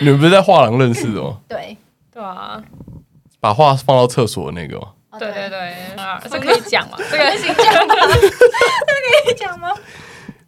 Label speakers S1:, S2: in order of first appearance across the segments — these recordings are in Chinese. S1: 你们不是在画廊认识的吗？
S2: 对，
S3: 对啊，
S1: 把画放到厕所的那个吗？
S2: 哦
S3: 对对，对，啊这可以讲嘛？这个
S2: 行，这样这可以讲吗？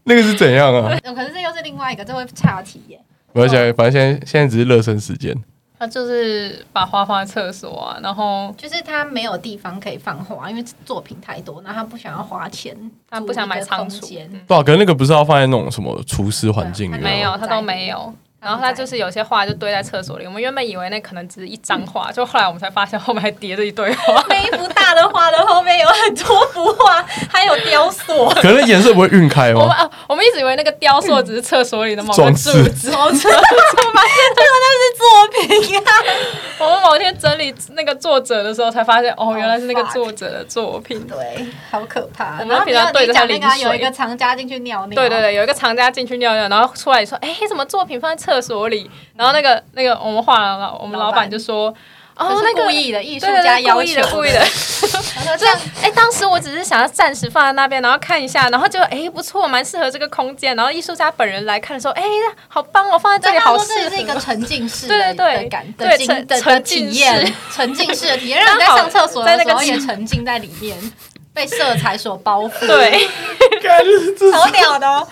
S1: 那个是怎样 啊？
S2: 哦可是这又是另外一个，这会岔题耶。
S1: 没关系啊，反正现在现在只是热身时间。
S3: 他就是把花放在厕所啊，然后
S2: 就是他没有地方可以放花，因为作品太多，然后他不想要花钱，
S3: 他不想买仓
S2: 租
S3: 储
S2: 一个空，间
S3: 嗯
S1: 对啊，可是那个不是要放在那种什么厨师环境里
S2: 对啊。
S3: 没
S1: 面吗？
S3: 有，他都没有。然后他就是有些画就堆在厕所里，我们原本以为那可能只是一张画，就后来我们才发现后面还叠着一堆画
S2: 每一幅大的画的后面有很多幅画，还有雕 塑，
S1: 可能颜色不会晕开
S3: 我们
S1: 吗？
S3: 啊，我们一直以为那个雕塑只是厕所里的某个
S1: 哦装
S3: 柱
S1: 饰
S3: 子，
S2: 然后就啊那是作品啊。
S3: 我们某天整理那个作者的时候，才发现哦，原来是那个作者的作品。
S2: 对，好可怕。
S3: 我们
S2: 然后
S3: 平常
S2: 你
S3: 对着
S2: 讲
S3: 它
S2: 那个啊
S3: 淋水
S2: 有一个藏家进去尿尿，
S3: 对对，对，有一个藏家进去尿尿，然后出来说：“哎、什么作品放在厕所里？”然后那个那个我们画廊老我们
S2: 老
S3: 老
S2: 板
S3: 板就说：“哦
S2: 哦，，
S3: 那
S2: 那
S3: 个
S2: 故意的，艺
S3: 艺
S2: 术家要求
S3: 故 意的。故意的”
S2: 然后这样
S3: 哎、当时我只是想要暂时放在那边，然后看一下，然后就哎、不错，蛮适合这个空间。然后艺术家本人来看的时候，哎、好棒哦，放在这里
S2: 但他
S3: 好
S2: 说
S3: 适
S2: 这
S3: 合。
S2: 是一个沉浸式
S3: 对
S2: 的
S3: 对对
S2: 的感的
S3: 对
S2: 经
S3: 沉
S2: 的的
S3: 沉
S2: 体
S3: 浸
S2: 验
S3: 式，
S2: 沉浸式的体验，让你在
S3: 刚好
S2: 上厕所
S3: 在
S2: 的时
S3: 那个
S2: 候也
S3: 场
S2: 沉浸在里面，被色彩所包覆，
S3: 对，
S1: 感觉这
S2: 超屌的哦。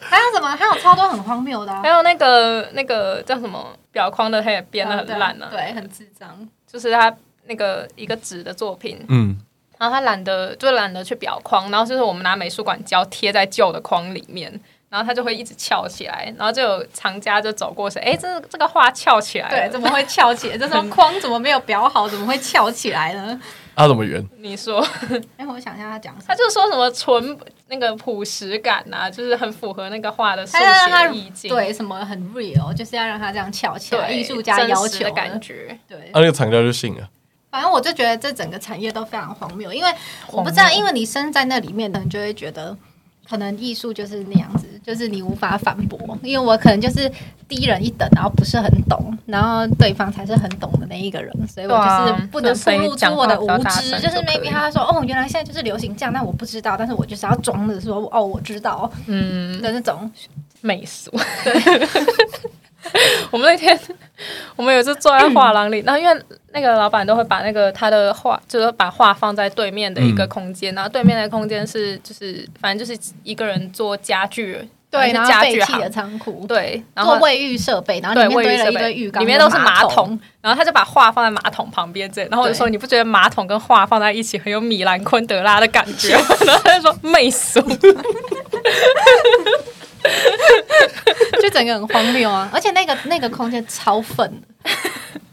S2: 还有什么？还有超多很荒谬的啊
S3: 还，有那个那个叫什么表框的，他也编的
S2: 啊
S3: 很
S2: 对啊
S3: 烂啊，
S2: 对，很智障。
S3: 就是他那个一个纸的作品，
S1: 嗯，
S3: 然后他懒得就懒得去裱框，然后就是我们拿美术馆胶贴在旧的框里面，然后它就会一直翘起来，然后就有藏家就走过说：“哎，这这个画翘起来
S2: 对，
S3: 了。
S2: 怎么会翘起来？这种框怎么没有裱好？怎么会翘起来呢？
S1: 啊，怎么圆？”
S3: 你说，
S2: 哎，我想一下他讲什
S3: 他
S2: 么。
S3: 就说什么纯那个朴实感呐、就是很符合那个画的速
S2: 他要让他
S3: 写意境，
S2: 对什么很 real，就是要让他这样翘起来，
S3: 对，
S2: 艺术家
S3: 真
S2: 要
S3: 实
S2: 求
S3: 的感。觉。
S2: 对，
S1: 啊，那个厂家就信了。
S2: 反正我就觉得这整个产业都非常荒谬，因为我
S3: 荒
S2: 不知道，
S3: 谬
S2: 因为你身在那里面，可能就会觉得，可能艺术就是那样子，就是你无法反驳。因为我可能就是低人一等，然后不是很懂，然后对方才是很懂的那一个人，所以我
S3: 对啊
S2: 就是不能
S3: 就
S2: 暴
S3: 谁
S2: 露出
S3: 讲话
S2: 我的
S3: 比
S2: 无
S3: 较大
S2: 知。
S3: 声
S2: 就是
S3: 就可
S2: maybe
S3: 以
S2: 他说哦，原来现在就是流行这样，但我不知道，但是我就是要装的说哦，我知道
S3: 嗯，
S2: 的那种。
S3: 媚俗。 我们那天，我们有一次坐在画廊里，然后因为那个老板都会把那个他的画，就是把画放在对面的一个
S1: 嗯
S3: 空间，然后对面的空间是就是反正就是一个人做家具，
S2: 对，然后
S3: 反正是家
S2: 废
S3: 具
S2: 弃的
S3: 行，
S2: 仓库，
S3: 对，然
S2: 做
S3: 后
S2: 卫浴设备，然后里面
S3: 对卫
S2: 堆
S3: 浴
S2: 了
S3: 设
S2: 一堆
S3: 备
S2: 浴缸，
S3: 里面都是
S2: 马
S3: 马桶，然后他就把画放在马桶旁边这里，然后我就说
S2: 对
S3: 你不觉得马桶跟画放在一起很有米兰昆德拉的感觉 吗？然后他就说媚俗，
S2: 就整个很荒谬啊！而且那个那个空间超粉的，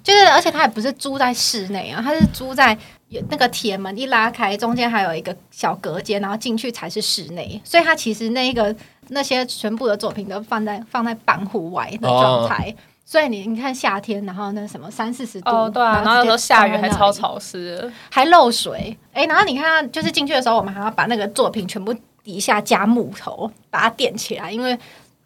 S2: 就是而且它也不是租在室内啊，它是租在有那个铁门一拉开，中间还有一个小隔间，然后进去才是室内，所以它其实那一个那些全部的作品都放在放在半户外的状态。所以你你看夏天，然后那什么三四十度，
S3: 哦对啊，然后有时候
S2: 直接放在
S3: 下雨还
S2: 那里
S3: 超潮湿的，
S2: 还漏水。哎、然后你看它，就是进去的时候，我们还要把那个作品全部底下加木头，把它垫起来，因为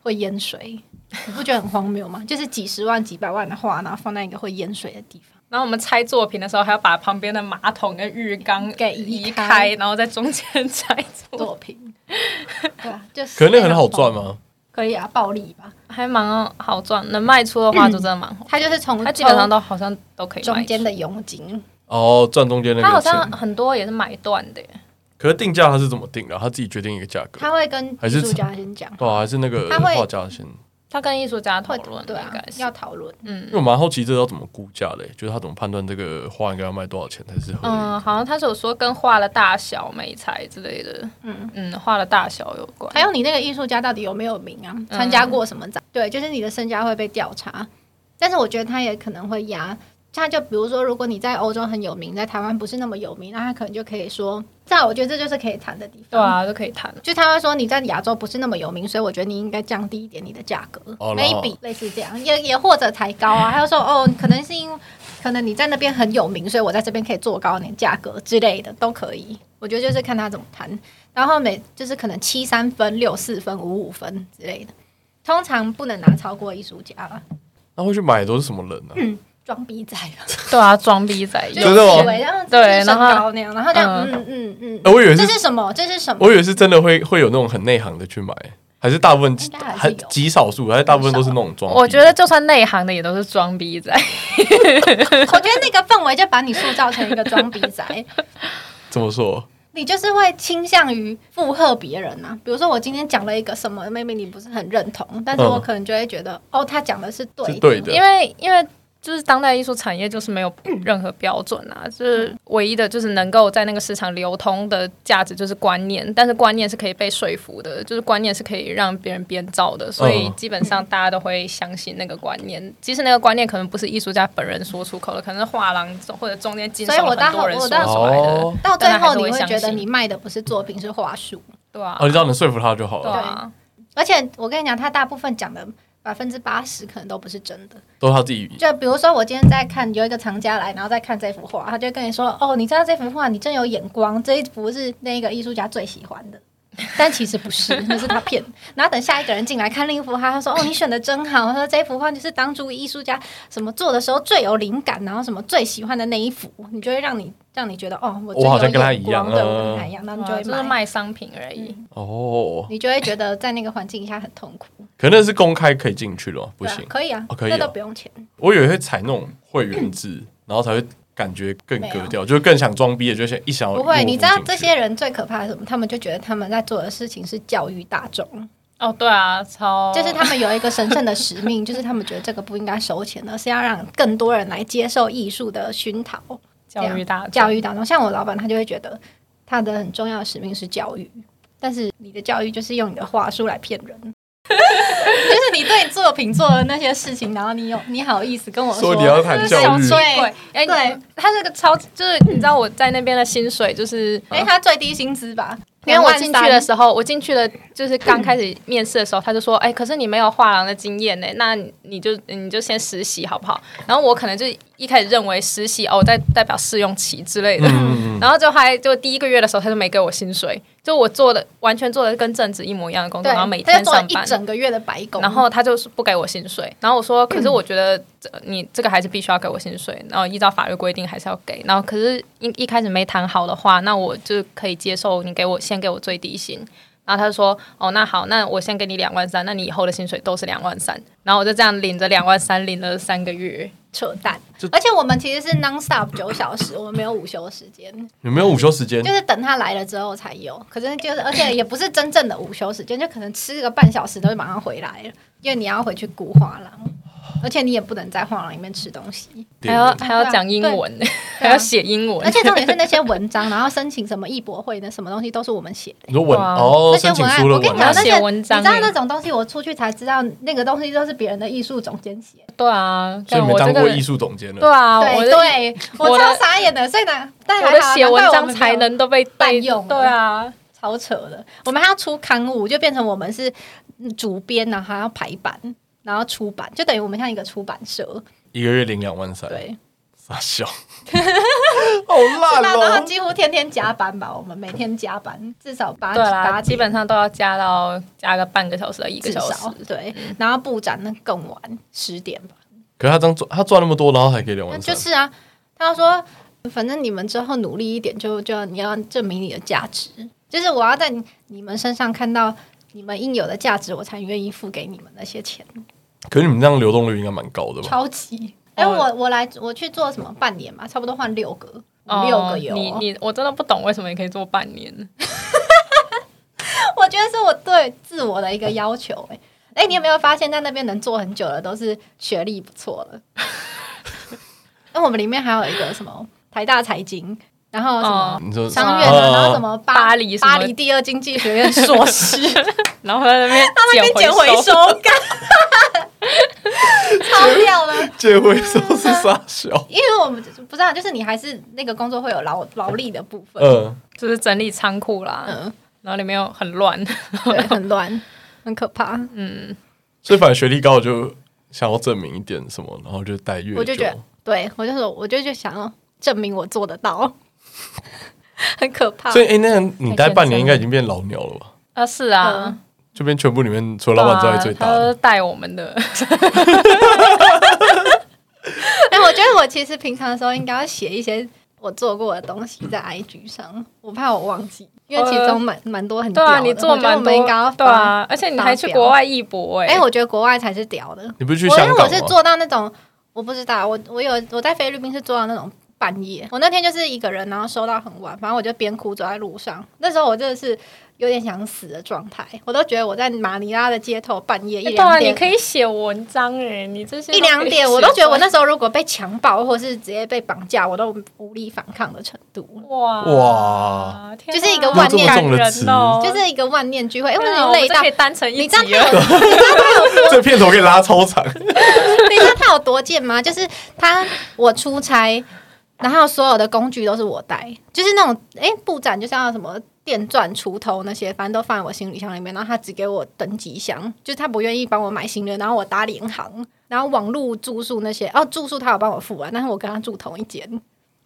S2: 会淹水。你不觉得很荒谬吗？就是几十万、几百万的画，然后放在一个会淹水的地方，
S3: 然后我们拆作品的时候，还要把旁边的马桶跟浴缸
S2: 给移
S3: 移
S2: 开
S3: 开，然后在中间 拆作，
S2: 作品， 对啊，就是。
S1: 可是那个很好赚？吗？
S2: 可以啊，暴利吧。
S3: 还蛮好赚，能卖出的话就真的蛮好。
S2: 它就是从
S3: 嗯它基本上都好像都可以卖
S2: 中
S3: 出
S2: 间，的佣金，
S1: 哦，赚中间那
S3: 它好
S1: 个
S3: 像
S1: 钱。
S3: 很多也是买断的耶，
S1: 可是定价他是怎么定的啊？他自己决定一个价格，
S2: 他会跟
S1: 还
S2: 艺
S1: 是
S2: 术家先讲，
S1: 对啊，还是那个
S2: 他会
S1: 画家先？因
S3: 它跟艺术家讨
S2: 会
S3: 论
S2: 对
S3: 应
S2: 啊
S3: 该，是
S2: 要讨论。
S3: 嗯
S1: 为我蛮好奇这要怎么估价的，就是他怎么判断这个画应该要卖多少钱才是合理？
S3: 嗯，好像他是有说跟画的大小、美材之类的，
S2: 嗯
S3: 嗯，画的大小有关。
S2: 还有你那个艺术家到底有没有名啊？参加过什么展？对，就是你的身家会被调查，但是我觉得他也可能会压。他就比如说，如果你在欧洲很有名，在台湾不是那么有名，那他可能就可以说，这样我觉得这就是可以谈的地
S3: 对
S2: 方。
S3: 啊，都可以谈。
S2: 就他会说你在亚洲不是那么有名，所以我觉得你应该降低一点你的价格、
S1: 哦
S2: m a
S1: 然
S2: y
S1: 后
S2: b e 类似这样，也也或者抬高啊。他就说哦，可能是因为可能你在那边很有名，所以我在这边可以做高一点价格之类的都可以。我觉得就是看他怎么谈，然后每就是可能七三分、六四分、五五分之类的，通常不能拿超过艺术家了，
S1: 那会去买的都是什么人啊呢？
S3: 嗯
S2: 装逼仔了，
S3: 对啊，装逼仔
S2: 就
S3: 有
S1: 真的吗
S2: 是以为然后
S3: 对
S2: 身
S3: 然后
S2: 高那样，然后这样嗯
S3: 嗯
S2: 嗯嗯，
S1: 呃我以为
S2: 这
S1: 是，
S2: 是什么？这是什么？
S1: 我以为是真的会会有那种很内行的去买，还是大部分
S2: 应该还是
S1: 还
S2: 有
S1: 极少数，还是大部分都是那种装逼。
S3: 我觉得就算内行的也都是装逼仔，
S2: 我觉得那个氛围就把你塑造成一个装逼仔，
S1: 怎么说？
S2: 你就是会倾向于附和别人呐、比如说我今天讲了一个什么，maybe 你不是很认同，但是我
S1: 嗯
S2: 可能就会觉得，哦，他讲的是对的，
S1: 是对啊嗯的
S3: 因为因为就是当代艺术产业就是没有任何标准啊，就是唯一的就是能够在那个市场流通的价值就是观念，但是观念是可以被说服的，就是观念是可以让别人编造的，所以
S1: 嗯
S3: 基本上大家都会相信那个观念，即使那个观念可能不是艺术家本人说出口的，可能是画廊或者中间经手
S2: 所以我
S3: 了
S2: 当
S3: 很多人
S2: 我
S3: 说出
S2: 当
S3: 来的，
S1: 哦，
S2: 到最后你会
S3: 但
S2: 觉
S3: 他还是会
S2: 得
S3: 相信
S2: 你卖的不是作品，是话术。
S3: 对啊
S1: 哦，，你只要能说服他就好
S3: 对
S1: 了，
S2: 哦
S3: 啊，
S2: 而且我跟你讲，他大部分讲的百分之八十可能都不是真的。
S1: 都是他自己。
S2: 就比如说，我今天在看有一个藏家来，然后再看这幅画，他就会跟你说：“哦，你知道这幅画，你真有眼光，这一幅是那个艺术家最喜欢的。” 但其实不是，那是他骗。然后等下一个人进来看另一幅画，他说：“哦，你选的真好。”他说：“这幅画就是当初艺术家什么做的时候最有灵感，然后什么最喜欢的那一幅。”你就会让你让你觉得：“哦，我真
S1: 我好
S2: 有
S1: 像跟他
S2: 眼
S1: 一样
S2: 光对我
S1: 嗯
S2: 跟他一样。”然后你就
S3: 对啊就是
S2: 会买，
S3: 卖商品而已。
S2: 嗯
S1: 哦，
S2: 你就会觉得在那个环境下很痛苦。
S1: 可那是公开可以进去的吗，不
S2: 对啊
S1: 行。
S2: 可以啊
S1: 哦，可以
S2: 那
S1: 啊
S2: 都不用钱。
S1: 我以为会采那种会员制，然后才会感觉更格调，就是更想装逼的，就想一想要
S2: 不会，
S1: 入
S2: 你
S1: 户
S2: 知道
S1: 进去
S2: 这些人最可怕的是什么？他们就觉得他们在做的事情是教育大众，
S3: 哦，对啊，超
S2: 就是他们有一个神圣的使 命，就是他们觉得这个不应该收钱的，是要让更多人来接受艺术的熏 陶。
S3: 教育大众
S2: 教育当中，像我老板他就会觉得他的很重要的使命是教育，但是你的教育就是用你的话术来骗人。 就是你对作品做的那些事情，然后你有你好意思跟我
S1: 说你要谈教育
S2: 就是小
S3: 对
S2: 对，，
S3: 哎、
S2: 对
S3: 他这个超就是你知道我在那边的薪水就是。
S2: 哎，他最低薪资吧？
S3: 因为我进去的
S2: 时
S3: 时候，我进去的就是刚开始面试的时候，他就说：“哎、可是你没有画廊的经验呢、 那你就你就先实习好不好？”然后我可能就一开始认为实习哦，代代表试用期之类的，
S1: 嗯嗯嗯，
S3: 然后就还就第一个月的时候，他就没给我薪水，就我做的完全做的跟正职一模一样的工作，
S2: 对，
S3: 然后每
S2: 他就
S3: 天
S2: 做了
S3: 上班
S2: 一，整个月的白工，
S3: 然后他就是不给我薪水，然后我说，
S2: 嗯
S3: 可是我觉得这你这个还是必须要给我薪水，然后依照法律规定还是要给，然后可是一一开始没谈好的话，那我就可以接受你给我先给我最低薪。然后他就说：“哦，那好，那我先给你两万三，那你以后的薪水都是两万三。”然后我就这样领着两万三，领了三个月。
S2: 扯淡
S1: 就。
S2: 而且我们其实是 non stop 九小时，我们没有午休时间，
S1: 有没有午休时间
S2: 就？是等他来了之后才有。可是就是，而且也不是真正的午休时间，就可能吃个半小时都会马上回来了，因为你要回去顾画廊，而且你也不能在画廊里面吃东西。
S3: 还要
S1: 对
S3: 还要讲英文， 还要写英文，
S2: 啊而且重点是那些文章，然后申请什么艺博会的什么东西都是我们写的。
S1: 你说文
S3: 哇
S1: 哦
S2: 啊那，些
S1: 申请
S2: 文案，
S1: 书的
S2: 我跟你
S1: 文
S2: 讲，
S1: 案
S2: 那
S3: 要
S2: 些
S3: 写文章
S2: 你知道
S3: 欸
S2: 那种东西，我出去才知道，那个东西都是别人的艺术总监写的。
S3: 对啊，
S1: 所以
S3: 干
S1: 你们
S3: 我
S1: 当
S3: 这
S1: 过
S3: 个
S1: 艺术总监了？
S3: 对啊，我
S2: 对
S3: 的
S2: 对，我
S3: 我的
S2: 超傻眼的。所以呢，但
S3: 我
S2: 还
S3: 的
S2: 好
S3: 写
S2: 难怪
S3: 文
S2: 我
S3: 章
S2: 们没
S3: 才
S2: 有
S3: 能都被
S2: 滥
S3: 被
S2: 用了
S3: 对啊，
S2: 超扯的。我们还要出刊物，就变成我们是嗯主编，然后还要排版，然后出版，就等于我们像一个出版社。
S1: 一个月领两万三，
S2: 对，
S1: 傻笑， 好
S2: 那然
S1: 烂
S2: 后
S1: 哦！
S2: 几乎天天加班吧，我们每天加班至少八
S3: 对
S2: 啊八
S3: 啦，基
S2: 点
S3: 本上都要加到加个半个小时到一个
S2: 至
S3: 小时嗯
S2: 少。对，然后布展那更晚十点吧。
S1: 可是他当赚他赚那么多，然后还可以两
S2: 那
S1: 万
S2: 就
S1: 三，
S2: 是啊，他说，反正你们之后努力一点就，就你要证明你的价值，就是我要在你你们身上看到你们应有的价值，我才愿意付给你们那些钱，
S1: 可是你们这样流动率应该蛮高的吧？
S2: 超级。哎、
S3: 哦
S2: 我我来我去做什么半年嘛，差不多换六个，
S3: 哦
S2: 五六个有。
S3: 你你我真的不懂为什么你可以做半年。
S2: 我觉得是我对自我的一个要求、哎。哎、你有没有发现，在那边能做很久的都是学历不错 的？那我们里面还有一个什么台大财经，然后什么
S3: 哦
S1: 你说
S2: 商院的，
S1: 哦
S2: 然后什啊么巴
S3: 巴黎什
S2: 巴
S3: 么
S2: 黎第二经济学院硕士，
S3: 然后在那边
S2: 他那边捡回收
S3: 收，
S2: 干，超掉了。
S1: 借回收是傻 笑，
S2: 因为我们不知道，就是你还是那个工作会有劳劳力的部分，
S1: 嗯，
S3: 就是整理仓库啦，
S2: 嗯，
S3: 然后里面又很乱。
S2: 对， 很乱，很可怕。
S3: 嗯
S1: 所以反正学历高我就想要证明一点什么，然后就待越久，
S2: 我就觉得，对我就说，我就就想要证明我做得到， 很可怕。
S1: 所以哎、那你待半
S3: 太
S1: 年
S3: 天真了
S1: 应该已经变老鸟了吧？
S3: 啊，是啊
S2: 嗯，
S1: 这边全部里面除了老板之外最大
S3: 对啊他
S1: 的
S3: 都，带我们的，
S2: 哎、我觉得我其实平常的时候应该要写一些我做过的东西在 IG 上，我怕我忘记，因为其中蛮蛮多很
S3: 呃对
S2: 屌
S3: 啊，
S2: 的
S3: 你做
S2: 我
S3: 蛮
S2: 觉得我们应该
S3: 多
S2: 要
S3: 对啊，而且你还去
S2: 发表
S3: 国外艺博哎、
S2: 哎、我觉得国外才是屌的。
S1: 你不是去
S2: 我因
S1: 香
S2: 为
S1: 港
S2: 我是
S1: 吗？
S2: 做到那种，我不知道，我我有我在菲律宾是做到那种半夜，我那天就是一个人，然后收到很晚，反正我就边哭走在路上，那时候我真的是有点想死的状态，我都觉得我在马尼拉的街头半夜一
S3: 哎对啊，
S2: 两
S3: 你
S2: 点。
S3: 可以写文章哎、你这些
S2: 一
S3: 都可以
S2: 两点，我都
S3: 写
S2: 觉得我
S3: 出来
S2: 那时候如果被强暴，或是直接被绑架，我都无力反抗的程度了，
S3: 哇
S1: 哇，
S3: 天啊
S2: 就是一个万念
S1: 用这么重的词
S3: 好感人哦
S2: 就是哎一个万念俱灰。因为
S3: 天啊
S2: 你
S3: 我
S2: 累
S3: 们这
S2: 到
S3: 可以，单成一
S2: 你知道
S3: 集
S2: 他
S3: 了
S2: 有， 你知道他有
S1: 这片头可以拉超长，
S2: 你知道他有多贱吗？就是他，我出差，然后所有的工具都是我带，就是那种哎、诶布展就是要什么电钻、锄头那些，反正都放在我行李箱里面。然后他只给我登机箱，就是他不愿意帮我买新的，然后我搭联航，然后网路住宿那些，哦，住宿他有帮我付啊完，但是我跟他住同一间，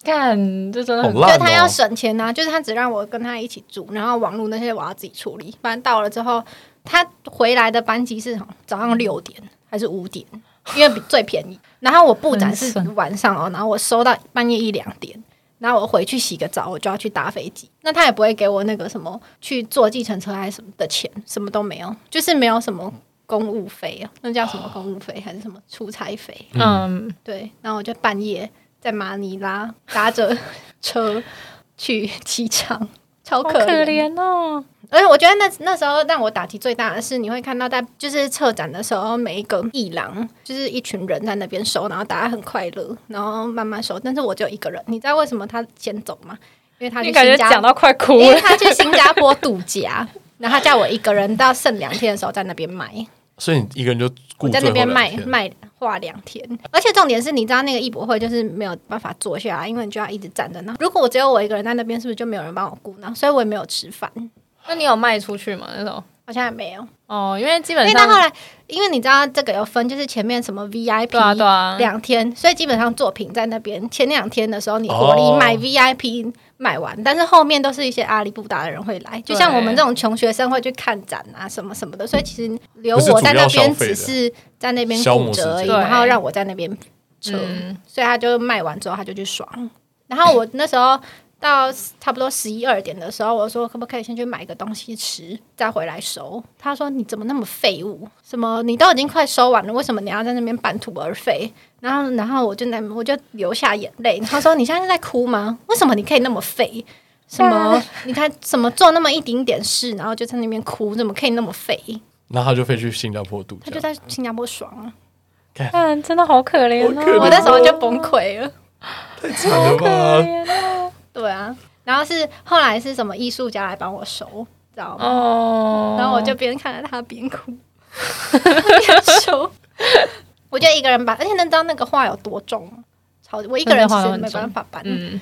S3: 干这真的
S1: 好
S3: 很
S2: 对
S1: 烂
S2: 嗯他要
S1: 哦！
S2: 省钱啊，就是他只让我跟他一起住，然后网路那些我要自己处理。反正到了之后，他回来的班机是早上六点还是五点，因为比最便宜。然后我布展是
S3: 很
S2: 晚上哦，然后我收到半夜一两点。然后我回去洗个澡，我就要去搭飞机。那他也不会给我那个什么去坐计程车还是什么的钱，什么都没有，就是没有什么公务费啊，那叫什么公务费还是什么出差费？
S3: 嗯，
S2: 对，然后我就半夜在马尼拉搭 着车去机场，超
S3: 好
S2: 可
S3: 可
S2: 怜。
S3: 怜哦，
S2: 而且我觉得那那时候让我打击最大的是，你会看到在就是策展的时候，每一个艺廊就是一群人在那边收，然后大家很快乐，然后慢慢收。但是我就一个人，你知道为什么他先走吗？因为他去
S3: 你感觉
S2: 新
S3: 讲
S2: 加，
S3: 到快哭
S2: 因为
S3: 了，
S2: 他去新加坡度假，然后他叫我一个人到剩两天的时候在那边买。
S1: 所以你一个人就顾
S2: 我在
S1: 最
S2: 那
S1: 后
S2: 边
S1: 两
S2: 卖
S1: 天
S2: 卖画两天，而且重点是，你知道那个艺博会就是没有办法坐下来，因为你就要一直站着呢。如果我只有我一个人在那边，是不是就没有人帮我顾呢？所以我也没有吃饭，
S3: 那你有卖出去吗？那种
S2: 好像也没有。
S3: 哦，因为基
S2: 因
S3: 本
S2: 为到后
S3: 上
S2: 来，因为你知道这个有分，就是前面什么 VIP
S3: 对啊对啊，
S2: 两天，所以基本上作品在那边前两天的时候，你火力买
S1: 哦
S2: VIP 买完，但是后面都是一些阿里不达的人会来，就像我们这种穷学生会去看展啊什么什么的，所以其实留我在那边
S1: 不是主要消费的
S2: 只是在那边顾着而已，
S3: 消磨时间
S2: 然后让我在那边扯，
S3: 嗯
S2: 所以他就卖完之后他就去爽，然后我那时候。到差不多十一二点的时候，我说可不可以先去买个东西吃，再回来收？他说你怎么那么废物？什么你都已经快收完了，为什么你要在那边半途而废？然后，然后我就在我就流下眼泪。他说：“你现在是在哭吗？为什么你可以那么废？什么？你看什么做那么一丁点事，然后就在那边哭，怎么可以那么废？
S1: 然后他就飞去新加坡度
S2: 他就
S1: 假，
S2: 在新加坡爽啊！
S3: 看真的好可怜
S1: 好可怜
S3: 哦，
S2: 我那时候就崩溃了。
S1: 太 惨了吧？
S3: 哦
S2: 对啊，然后是后来是什么艺术家来帮我收，知道吗？
S3: 哦，
S2: 然后我就边看着他边哭 边收。我就一个人把，而且能知道那个画有多重吗？超我一个人其实没办法搬。
S3: 嗯，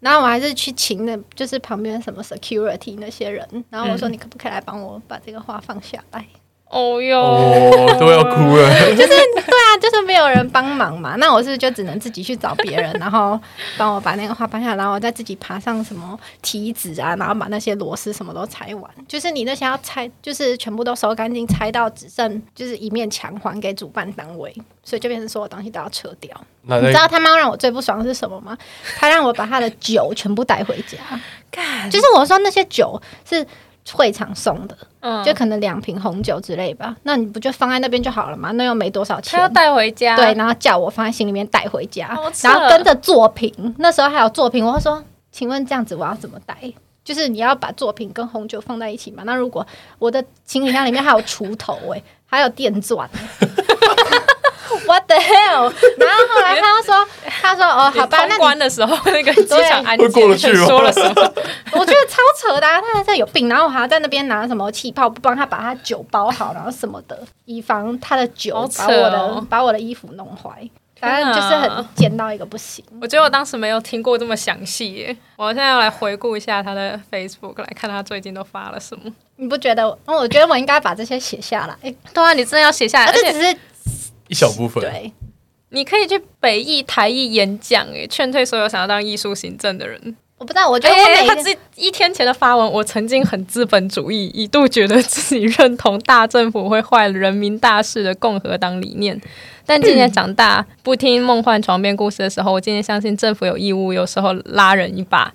S2: 然后我还是去请那，就是旁边什么 security 那些人，然后我
S3: 嗯
S2: 说你可不可以来帮我把这个画放下来？
S3: 哦哟，
S1: 哦，都要哭了，
S2: 那 就是没有人帮忙嘛，那我是就只能自己去找别人，然后帮我把那个画搬下来，然后我再自己爬上什么梯子啊，然后把那些螺丝什么都拆完，就是你那些要拆，就是全部都收干净，拆到只剩就是一面墙还给主办单位，所以就变成所有东西都要撤掉。
S3: 啊
S1: 那
S2: 你知
S1: 在
S2: 道他妈让我最不爽的是什么吗？他让我把他的酒全部带回 家。
S3: 干
S2: 就是我说那些酒是会场送的，
S3: 嗯
S2: 就可能两瓶红酒之类吧，那你不就放在那边就好了嘛？那又没多少
S3: 他要
S2: 钱。
S3: 带回家，
S2: 对，然后叫我放在心里面带回家
S3: 好，扯
S2: 然后跟着作品。那时候还有作品，我会说：“请问这样子我要怎么带？就是你要把作品跟红酒放在一起嘛？那如果我的行李箱里面还有锄头、欸，还有电 钻、What the hell！然后后来他又说，他说哦，好吧，那
S3: 通
S2: 你
S3: 关的时候那个机场安
S1: 会过得去
S3: 检
S1: 吗
S3: 说了什么？
S2: 我觉得超扯的、啊，他还在有病，然后我还要在那边拿什么气泡布帮他把他酒包好，然后什么的，以防他的酒
S3: 好扯
S2: 把
S3: 哦
S2: 我的、把我的衣服弄坏。反正就是
S3: 天
S2: 很
S3: 啊
S2: 贱到一个不行。
S3: 我觉得我当时没有听过这么详细耶，我现在要来回顾一下他的 Facebook，来看他最近都发了什么。
S2: 你不觉得？嗯我觉得我应该把这些写下来，
S3: 对啊，你真的要写下来，
S2: 而
S3: 而
S2: 这
S3: 且
S2: 只是
S1: 一小部分，
S2: 对，
S3: 欸你可以去北艺、台艺演讲，哎，劝退所有想要当艺术行政的人。
S2: 我我不知道，我觉
S3: 哎、
S2: 得我每一
S3: 他
S2: 个
S3: 这一天前的发文，我曾经很资本主义，一度觉得自己认同大政府会坏人民大事的共和党理念。但今年长大，不听梦幻床边故事的时候，我渐渐相信政府有义务，有时候拉人一把。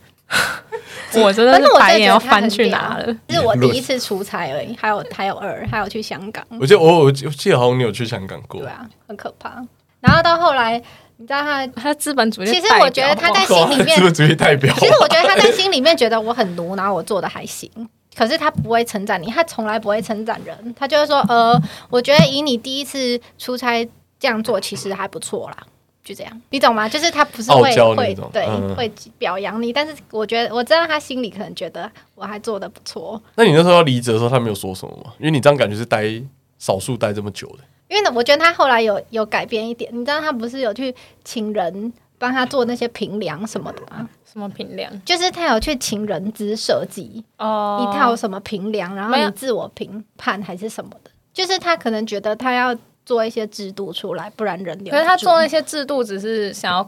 S3: 我真的
S2: 反
S3: 是
S2: 正 我真
S3: 白
S2: 的
S3: 眼
S2: 觉得
S3: 要
S2: 他
S3: 翻
S2: 很
S3: 去
S2: 屌
S3: 哪了？
S2: 这是我第一次出差而已，还有还有二，还有去香港，
S1: 我记得我我记我记得好像你有去香港过
S2: 对，啊，很可怕。然后到后来，你知道他，
S3: 他资本主义的
S2: 其
S3: 代
S2: 实
S3: 表好不好，
S2: 我觉得他在
S1: 哇
S2: 心 里面
S1: 资本主义代表。
S2: 其实我觉得他在心里面觉得我很奴，然后我做的还行。可是他不会称赞你，他从来不会称赞人，他就会说：“呃，我觉得以你第一次出差这样做，其实还不错啦。”就这样，你懂吗？就是他不是
S1: 傲
S2: 会
S1: 娇那
S2: 会
S1: 种
S2: 对、
S1: 嗯
S2: 会表扬你，但是我觉得我知道他心里可能觉得我还做的不错，
S1: 那你那时候要离职的时候，他没有说什么吗？因为你这样感觉是待少数待这么久的。
S2: 因为呢，我觉得他后来有有改变一点，你知道他不是有去请人帮他做那些平梁什么的吗？
S3: 什么评量
S2: 就是他有去请人资设计，
S3: 哦
S2: 一套什么评量，然后
S3: 没有
S2: 你自我评判还是什么的，就是他可能觉得他要做一些制度出来，不然人流不住。嗯
S3: 可是他做那些制度，只是想 要、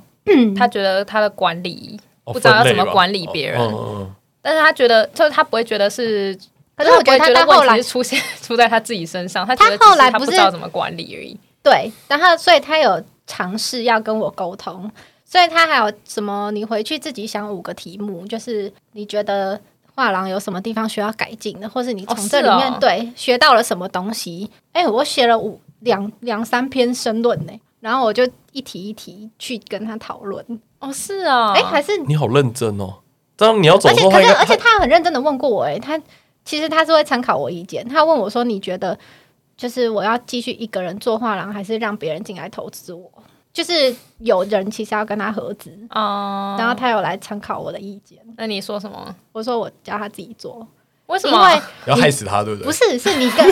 S3: 他觉得他的管理，
S1: 哦
S3: 不知道要
S1: 分类
S3: 怎么
S1: 吧
S3: 管理别人
S1: 哦嗯
S3: 但是他觉得就是他不会觉得是，
S2: 可是我觉得
S3: 他
S2: 他
S3: 不
S2: 到
S3: 会觉得
S2: 后
S3: 问
S2: 来
S3: 题是出现 出在他自己身上，他觉
S2: 他
S3: 得只
S2: 后来
S3: 他
S2: 不
S3: 不
S2: 是
S3: 知道怎么管理而已。
S2: 对，然后所以他有尝试要跟我沟通，所以他还有什么？你回去自己想五个题目，就是你觉得画廊有什么地方需要改进的，或是你
S3: 哦
S2: 从这里
S3: 是哦
S2: 面、对学到了什么东西？哎，我写了五两两三篇申论呢，然后我就一题一题去跟他讨论。
S3: 哦，是啊，
S2: 哎、还是
S1: 你好认真哦。当你 要走
S2: 而
S1: 的时
S2: 且
S1: 候，
S2: 可
S1: 他应
S2: 是
S1: 该
S2: 而且他很认真的问过我、诶，他其实他是会参考我意见，他问我说你觉得就是我要继续一个人做画廊，还是让别人进来投资我？就是有人其实要跟他合资，
S3: 哦、
S2: 然后他有来参考我的意见，
S3: 那你说什么？
S2: 我说我叫他自己做，
S3: 为什
S2: 因
S3: 么？
S2: 为
S1: 要害死他，对不对？
S2: 不是是你 跟。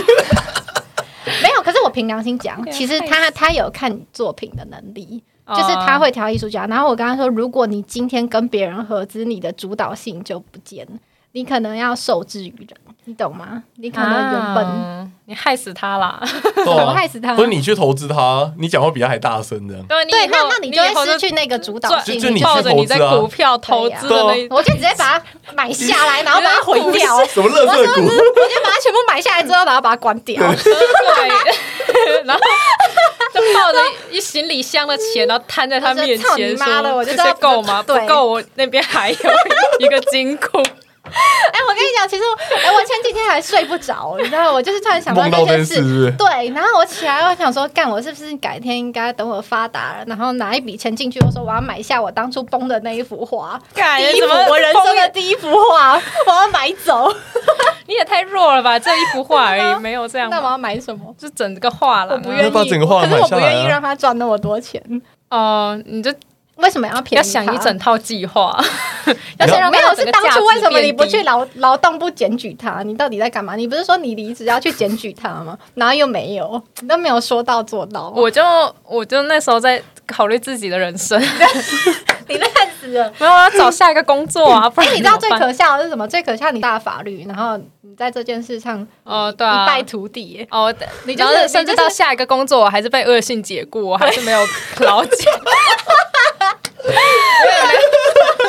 S2: 没有，可是我凭良心讲，
S3: 啊
S2: 其实他他有看你作品的能力，就是他
S3: 哦
S2: 会挑艺术家。然后我跟他说，如果你今天跟别人合资，你的主导性就不见了，你可能要受制于人，你懂吗？你可能原本、
S3: 啊你害死他啦！
S1: 对
S2: 我
S1: 啊，
S2: 害
S3: 哦
S2: 死他
S1: 不是你去投资他，你讲话比他还大声这样。
S3: 对，啊你以
S2: 对，那
S3: 后
S2: 那
S3: 你
S2: 就
S3: 以后
S2: 会失去那个主导
S1: 就
S2: 性，
S1: 就
S2: 你
S1: 你
S2: 就
S3: 抱着你在
S1: 去投资啊
S3: 股票投资的那一，
S2: 我就直接把它买下来，然后把它毁掉， 我
S1: 什么乐色股？
S2: 就把它全部买下来之后，然后把它关 掉。
S3: 对， 然后就抱着一行李箱的钱，然后摊在他面
S2: 我说操
S3: 前
S2: 你妈的
S3: 说：“
S2: 我就知
S3: 这
S2: 道
S3: 些够吗？不
S2: 对
S3: 够，我那边还有一个金 库。”
S2: 哎、我跟你讲，其实我哎、我前几天还睡不着，你知道，我就是突然想
S1: 梦到
S2: 这
S1: 这件
S2: 件
S1: 事是
S2: 事。
S1: 不是？
S2: 对，然后我起来，我想说，干，我是不是改天应该等我发达了，然后拿一笔钱进去，我说我要买下我当初崩的那一幅画，
S3: 感
S2: 第一幅我人生的第一幅画，我要买走。
S3: 你也太弱了吧！这一幅画 而已，没有这样
S2: 啊那我
S3: 吧，
S2: 要买什么？
S3: 就整个画
S2: 我
S3: 廊啊。
S2: 不愿意，
S1: 那把整个画
S2: 可是
S1: 买
S2: 我
S1: 下
S2: 不
S1: 来啊
S2: 愿意让他赚那么多钱。
S3: 哦，你就
S2: 为什么要便宜他？
S3: 要想一整套计 划，要
S2: 而且
S3: 先让
S2: 没
S3: 它
S2: 有
S3: 整
S2: 是
S3: 个
S2: 当
S3: 价值
S2: 初为什么你不去
S3: 变低？
S2: 劳劳动部检举他？你到底在干嘛？你不是说你离职要去检举他吗？然后又没有，你都没有说到做到。
S3: 我就我就那时候在考虑自己的人生，
S2: 你烂死了！
S3: 没有我要找下一个工 作啊。不
S2: 哎、
S3: 然
S2: 你知道最
S3: 怎么
S2: 可笑的是什么？最可笑你大法律，然后你在这件事上
S3: 哦对啊
S2: 一败涂地 耶。
S3: 办哦，
S2: 你就
S3: 然
S2: 是
S3: 后甚
S2: 你就
S3: 至
S2: 是
S3: 到下一个工作，我还是被恶性解雇，我还是没有 劳检。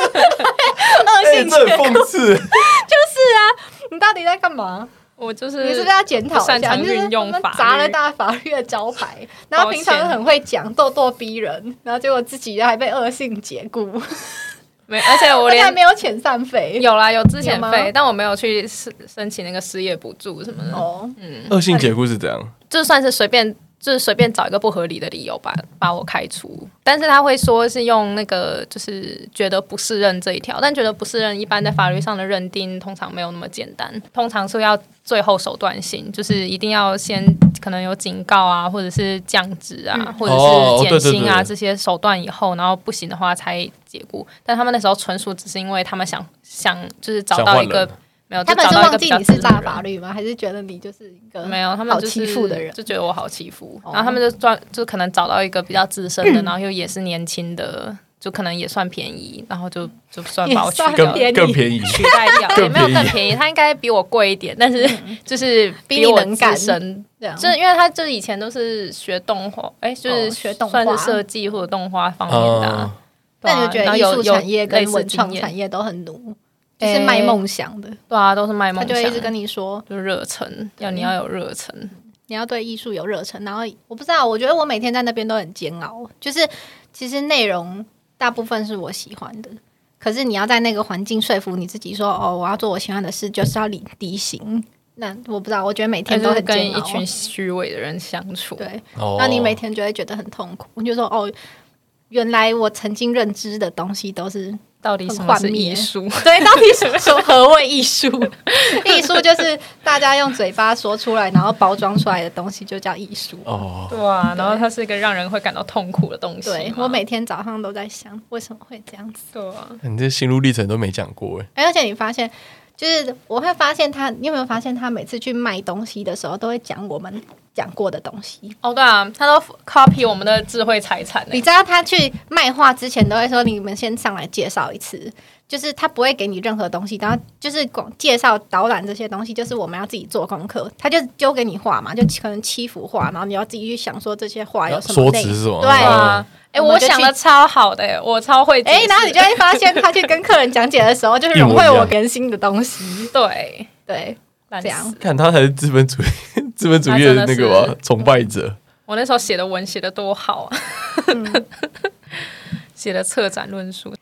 S2: 恶
S1: 哎，
S2: 性
S1: 这很讽刺。
S2: 啊你到底在干嘛？
S3: 我就是
S2: 你是不是要检讨
S3: 擅
S2: 一下？
S3: 长
S2: 你是不是
S3: 运用法律
S2: 砸了大法律的招牌，然后平常很会讲咄咄逼人，然后结果自己还被恶性解雇，
S3: 没？而且我
S2: 而且还
S3: 连
S2: 没有遣散费。
S3: 有啦，有之前
S2: 有吗
S3: 费，但我没有去申申请那个失业补助什么的。
S2: 哦，
S1: 恶性解雇是怎样？
S3: 就算是随便，就是随便找一个不合理的理由吧，把我开除。但是他会说是用那个，就是觉得不适任这一条，但觉得不适任一般在法律上的认定通常没有那么简单，通常是要最后手段性，就是一定要先可能有警告啊，或者是降职啊，或者
S1: 哦
S3: 是减薪啊、
S1: 对对对
S3: 这些手段以后，然后不行的话才解雇。但他们那时候纯属只是因为他们想想就是找
S1: 想
S3: 到
S1: 换
S3: 一个
S1: 人
S3: 没有，
S2: 他们
S3: 啊就是找到一
S2: 忘
S3: 个
S2: 记
S3: 比较
S2: 你是
S3: 自然
S2: 大
S3: 的人
S2: 法律吗？还是觉得你就是一个
S3: 没有，他们
S2: 嗯好
S3: 就是
S2: 欺负的人？
S3: 就觉得我好欺负，
S2: 哦
S3: 然后他们就专就可能找到一个比较资深的，然后又也是年轻的，就可能也算便宜，然后就就算把我取
S2: 也
S3: 掉
S2: 算。便宜
S1: 更更便宜。
S3: 取代掉也没有更便宜，他应该比我贵一点，但是 就是
S2: 比
S3: 我
S2: 嗯你能干
S3: 资深，
S2: 这样
S3: 就是因为他就是以前都是学动画，哎，就是
S2: 哦学动画
S3: 算是设计或者动画方面的啊，
S1: 嗯
S2: 那
S3: 对啊
S2: 你就觉
S3: 然
S2: 得
S3: 后
S2: 艺术
S3: 有有
S2: 产业
S3: 类
S2: 跟
S3: 似
S2: 文创
S3: 经验
S2: 产业都很奴，就
S3: 诶
S2: 是卖梦想的，
S3: 对啊，都是卖梦
S2: 他
S3: 想，
S2: 就会一直跟你说
S3: 就热忱，要
S2: 对
S3: 你要有热忱，
S2: 你要对艺术有热忱。然后我不知道，我觉得我每天在那边都很煎熬，就是其实内容大部分是我喜欢的。可是你要在那个环境说服你自己说，哦，我要做我喜欢的事，就是要理理性。那我不知道，我觉得每天都
S3: 就是
S2: 很
S3: 跟
S2: 煎熬。
S3: 一群虚伪的人相处。
S2: 对，
S1: 哦
S2: 那你每天就会觉得很痛苦。你就说哦，原来我曾经认知的东西 都是
S3: 到底什么是艺术？
S2: 对，到底什么什么何谓艺术？ 艺术就是大家用嘴巴说出来，然后包装出来的东西就叫艺术。
S1: 哦，
S3: 对啊，然后
S2: 对
S3: 它是一个让人会感到痛苦的东西嘛。
S1: 啊
S2: 对我每天早上都在想，为什么会这样子？
S3: 对啊，
S1: 你这心路历程都没讲过哎，
S2: 哎而且你发现，就是我会发现他，你有没有发现他每次去卖东西的时候，都会讲我们讲过的东西？
S3: 哦对啊，他都 copy 我们的智慧财产欸
S2: 你
S3: 呢。
S2: 知道他去卖画之前都会说，你们先上来介绍一次，就是他不会给你任何东西，然后就是广介绍导览这些东西，就是我们要自己做功课，他就丢给你画嘛，就可能七幅画，然后你要自己去想说这些画有什么
S1: 说
S2: 内
S1: 辞
S2: 容。
S1: 是吗？
S2: 对
S3: 对啊，哎，
S2: 我们
S3: 我
S2: 就
S3: 想
S2: 去
S3: 的超好的耶，欸我超会解释。
S2: 哎、然后你就会发现，他去跟客人讲解的时候，就是融会我原心的东西。
S3: 对，
S2: 对，
S3: 烂
S2: 这样
S3: 死
S1: 看他才是资本主义，资本主义的那个
S3: 他真
S1: 吧
S3: 的是
S1: 崇拜者。
S3: 我那时候写的文写的多好啊， 写的策展论述。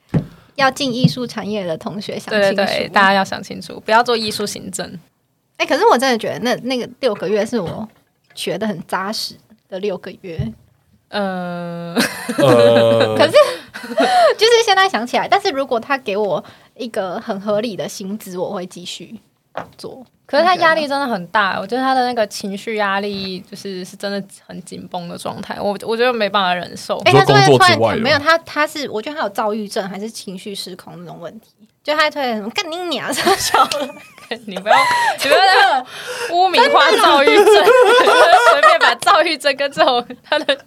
S2: 要进艺术产业的同学想
S3: 对
S2: 清
S3: 对
S2: 楚。
S3: 对，大家要想清楚，不要做艺术行政。
S2: 哎、可是我真的觉得那那个六个月是我学的很扎实的六个月。
S3: 嗯，
S1: 呃，可是
S2: 就是现在想起来，但是如果他给我一个很合理的薪资，我会继续做。
S3: 可是他压力真的很大，欸我觉得他的那个情绪压力就是是真的很紧绷的状态，我我觉得没办法忍受。
S1: 哎
S2: 哎、
S1: 你说
S2: 他是
S1: 工
S2: 会突
S1: 作之外
S2: 然
S1: 的
S2: 没有他，他是我觉得他有躁郁症还是情绪失控那种问题，就他会突然什么干你娘什么小的，
S3: 你不要你不要再污名化躁郁症， 随便把躁郁症跟这种他的哦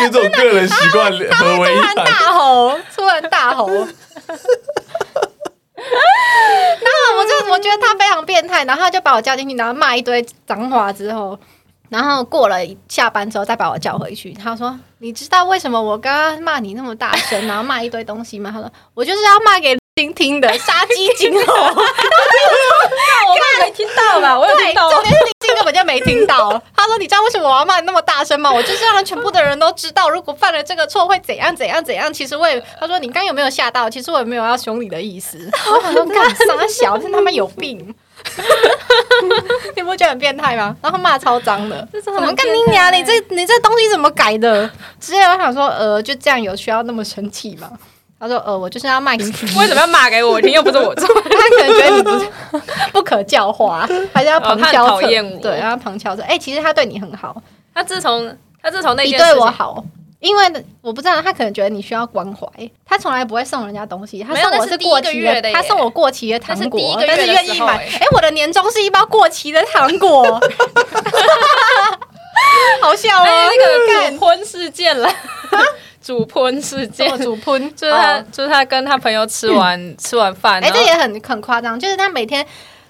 S1: 跟这种个人习惯合为一
S2: 突
S1: 谈，
S2: 然大吼，突然大吼。那我就我觉得他非常变态，然后他就把我叫进去，然后骂一堆脏话之后，然后过了下班之后再把我叫回去。他说：“你知道为什么我刚刚骂你那么大声，然后骂一堆东西吗？”他说：“我就是要骂给听听的，杀鸡儆猴。”
S3: 我刚没听到吧？我有
S2: 对，
S3: 听到，啊
S2: 重点是林静根本就没听 到。他说：“你知道为什么我要骂你那么大声吗？我就是要让全部的人都知道，如果犯了这个错会怎样怎样怎样。”其实我也，他说：“你刚有没有吓到？其实我也没有要凶你的意 思。”我想说：“干傻小，真他妈有病！”你不觉得很变态吗？然后骂超脏的，
S3: 这
S2: 怎
S3: 真的
S2: 么
S3: 很
S2: 干
S3: 变态
S2: 你娘？你这你这东西怎么改的？之前我想说，呃，就这样有需要那么生气吗？他说，呃，我就是要骂你。
S3: 为什么要骂给我听？又 不是我做。
S2: 他可能觉得你不是 不可教化，还是要旁敲
S3: 哦他很
S2: 侧、
S3: 讨厌我
S2: 对，然后旁敲侧。哎、其实他对你很好，
S3: 他自从他自从那
S2: 你
S3: 件事
S2: 对我
S3: 情，
S2: 好，因为我不知道他可能觉得你需要关怀，他从来不会送人家东西，他
S3: 没有
S2: 送我
S3: 那是第一
S2: 过
S3: 个
S2: 期
S3: 月的耶
S2: 他送我过期的糖
S3: 那是第一
S2: 果
S3: 个，月
S2: 但
S3: 的
S2: 是愿意
S3: 时候
S2: 买。
S3: 哎
S2: 哎、我的年终是一包过期的糖果， 好笑
S3: 哎
S2: 哦，，
S3: 那个主婚事件了， 主婚事件
S2: 干，做主喷，
S3: 就是他，
S2: 哦
S3: 就是他跟他朋友吃完吃完饭，
S2: 哎、
S3: 然后
S2: 这也很很夸张，就是他每天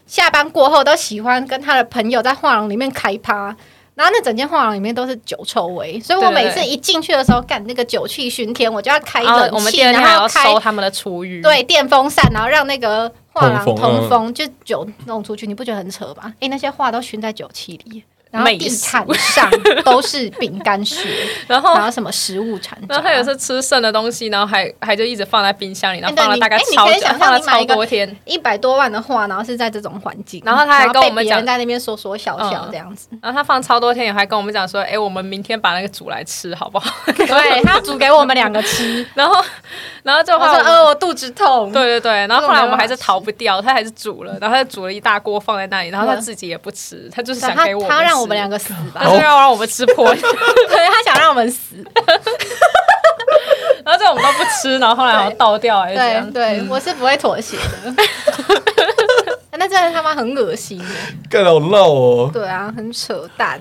S2: 下班过后都喜欢跟他的朋友在画廊里面开趴。然后那整间画廊里面都是酒臭味，所以我
S3: 对对
S2: 每次一进去的时候，干那个酒气熏天，我就要开
S3: 然后
S2: 冷气，
S3: 我们第二天还
S2: 然后
S3: 要
S2: 开
S3: 收他们的厨余，
S2: 对电风扇，然后让那个画廊
S1: 通
S2: 通
S1: 风
S2: 风，
S1: 嗯
S2: 就酒弄出去，你不觉得很扯吗？哎，那些画都熏在酒气里，然后
S3: 美
S2: 地
S3: 食
S2: 毯上都是饼干屑，
S3: 然后
S2: 然后什么食物残渣，
S3: 哦然后他有时候吃剩的东西，然后还还就一直放在冰箱里，然
S2: 哎
S3: 后
S2: 对
S3: 放了
S2: 你
S3: 大概
S2: 哎你
S3: 超
S2: 可以
S3: 久，
S2: 想象
S3: 放了
S2: 你买
S3: 超
S2: 一个
S3: 多天，
S2: 一百多万的画，然后是在这种环境，
S3: 然后他还跟我
S2: 然后
S3: 们讲嗯
S2: 被别人在那边说说笑笑这样子。
S3: 然后他放超多天，也还跟我们讲说，哎，我们明天把那个煮来吃好不好？
S2: 对他煮给我们两个吃，
S3: 然后然后就
S2: 我
S3: 后来
S2: 说
S3: 我们
S2: 呃我肚子痛，
S3: 对对对，然后后来我们还是
S2: 这种没办法吃
S3: 逃不掉，他还是煮了，然后他煮了一大锅放在那里，然后他自己也不吃，他就是
S2: 然
S3: 想
S2: 后
S3: 给我
S2: 他
S3: 们
S2: 他让我
S3: 吃
S2: 们两，个死吧，
S3: 他就要让我们吃破，
S2: 对他想让我们死，
S3: 然后这我们都不吃，然后后来好像倒掉还是怎
S2: 对嗯
S3: 样？
S2: 对，我是不会妥协的。 那真的他妈很恶心耶，
S1: 干得好闹哦。
S2: 对啊，很扯淡。